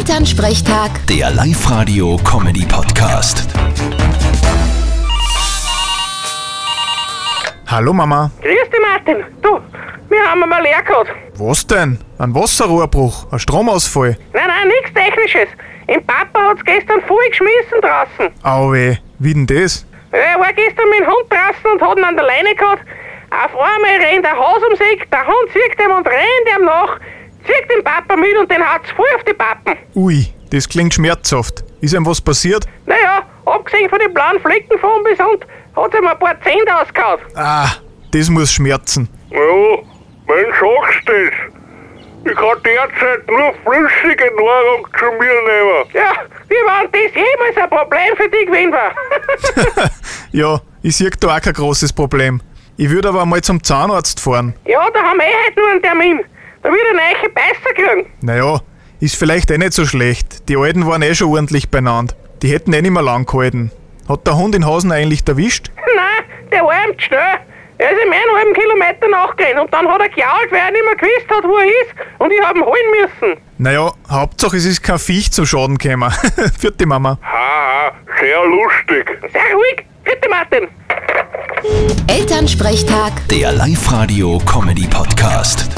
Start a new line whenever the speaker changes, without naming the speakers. Elternsprechtag,
Der Live-Radio-Comedy-Podcast.
Hallo Mama.
Grüß dich, Martin. Du, wir haben einmal leer gehabt.
Was denn? Ein Wasserrohrbruch, ein Stromausfall.
Nein, nein, nichts Technisches. Im Papa hat's gestern voll geschmissen draußen.
Auwe, wie denn das?
Er war gestern mit dem Hund draußen und hat ihn an der Leine gehabt. Auf einmal rennt der Haus um sich, der Hund zieht ihm und rennt ihm nach, zieht den Papa mit und den haut's voll auf die Pappen.
Ui, das klingt schmerzhaft. Ist ihm was passiert?
Naja, abgesehen von den blauen Flecken von bis und hat's ihm ein paar Zähne ausgehauen.
Ah, das muss schmerzen.
Ja, wenn sagst du das. Ich kann derzeit nur flüssige Nahrung zu mir nehmen.
Ja, wie wenn das jemals ein Problem für dich gewesen war.
Ja, ich sehe da auch kein großes Problem. Ich würde aber mal zum Zahnarzt fahren.
ja, da haben wir eh heute nur einen Termin. Da wird eine neue Beißer kriegen.
Naja, ist vielleicht eh nicht so schlecht. Die Alten waren eh schon ordentlich beieinander. Die hätten eh nicht mehr lang gehalten. Hat der Hund in Hasen eigentlich erwischt?
Nein, der war ihm zu schnell. Er ist ihm einen halben Kilometer nachgegangen und dann hat er gejault, weil er nicht mehr gewusst hat, wo er ist und ich hab ihn holen müssen.
Naja, Hauptsache es ist kein Viech zum Schaden gekommen. Vierte Mama.
Haha, sehr lustig.
Sehr ruhig. Bitte, Martin.
Elternsprechtag.
Der Live-Radio-Comedy-Podcast.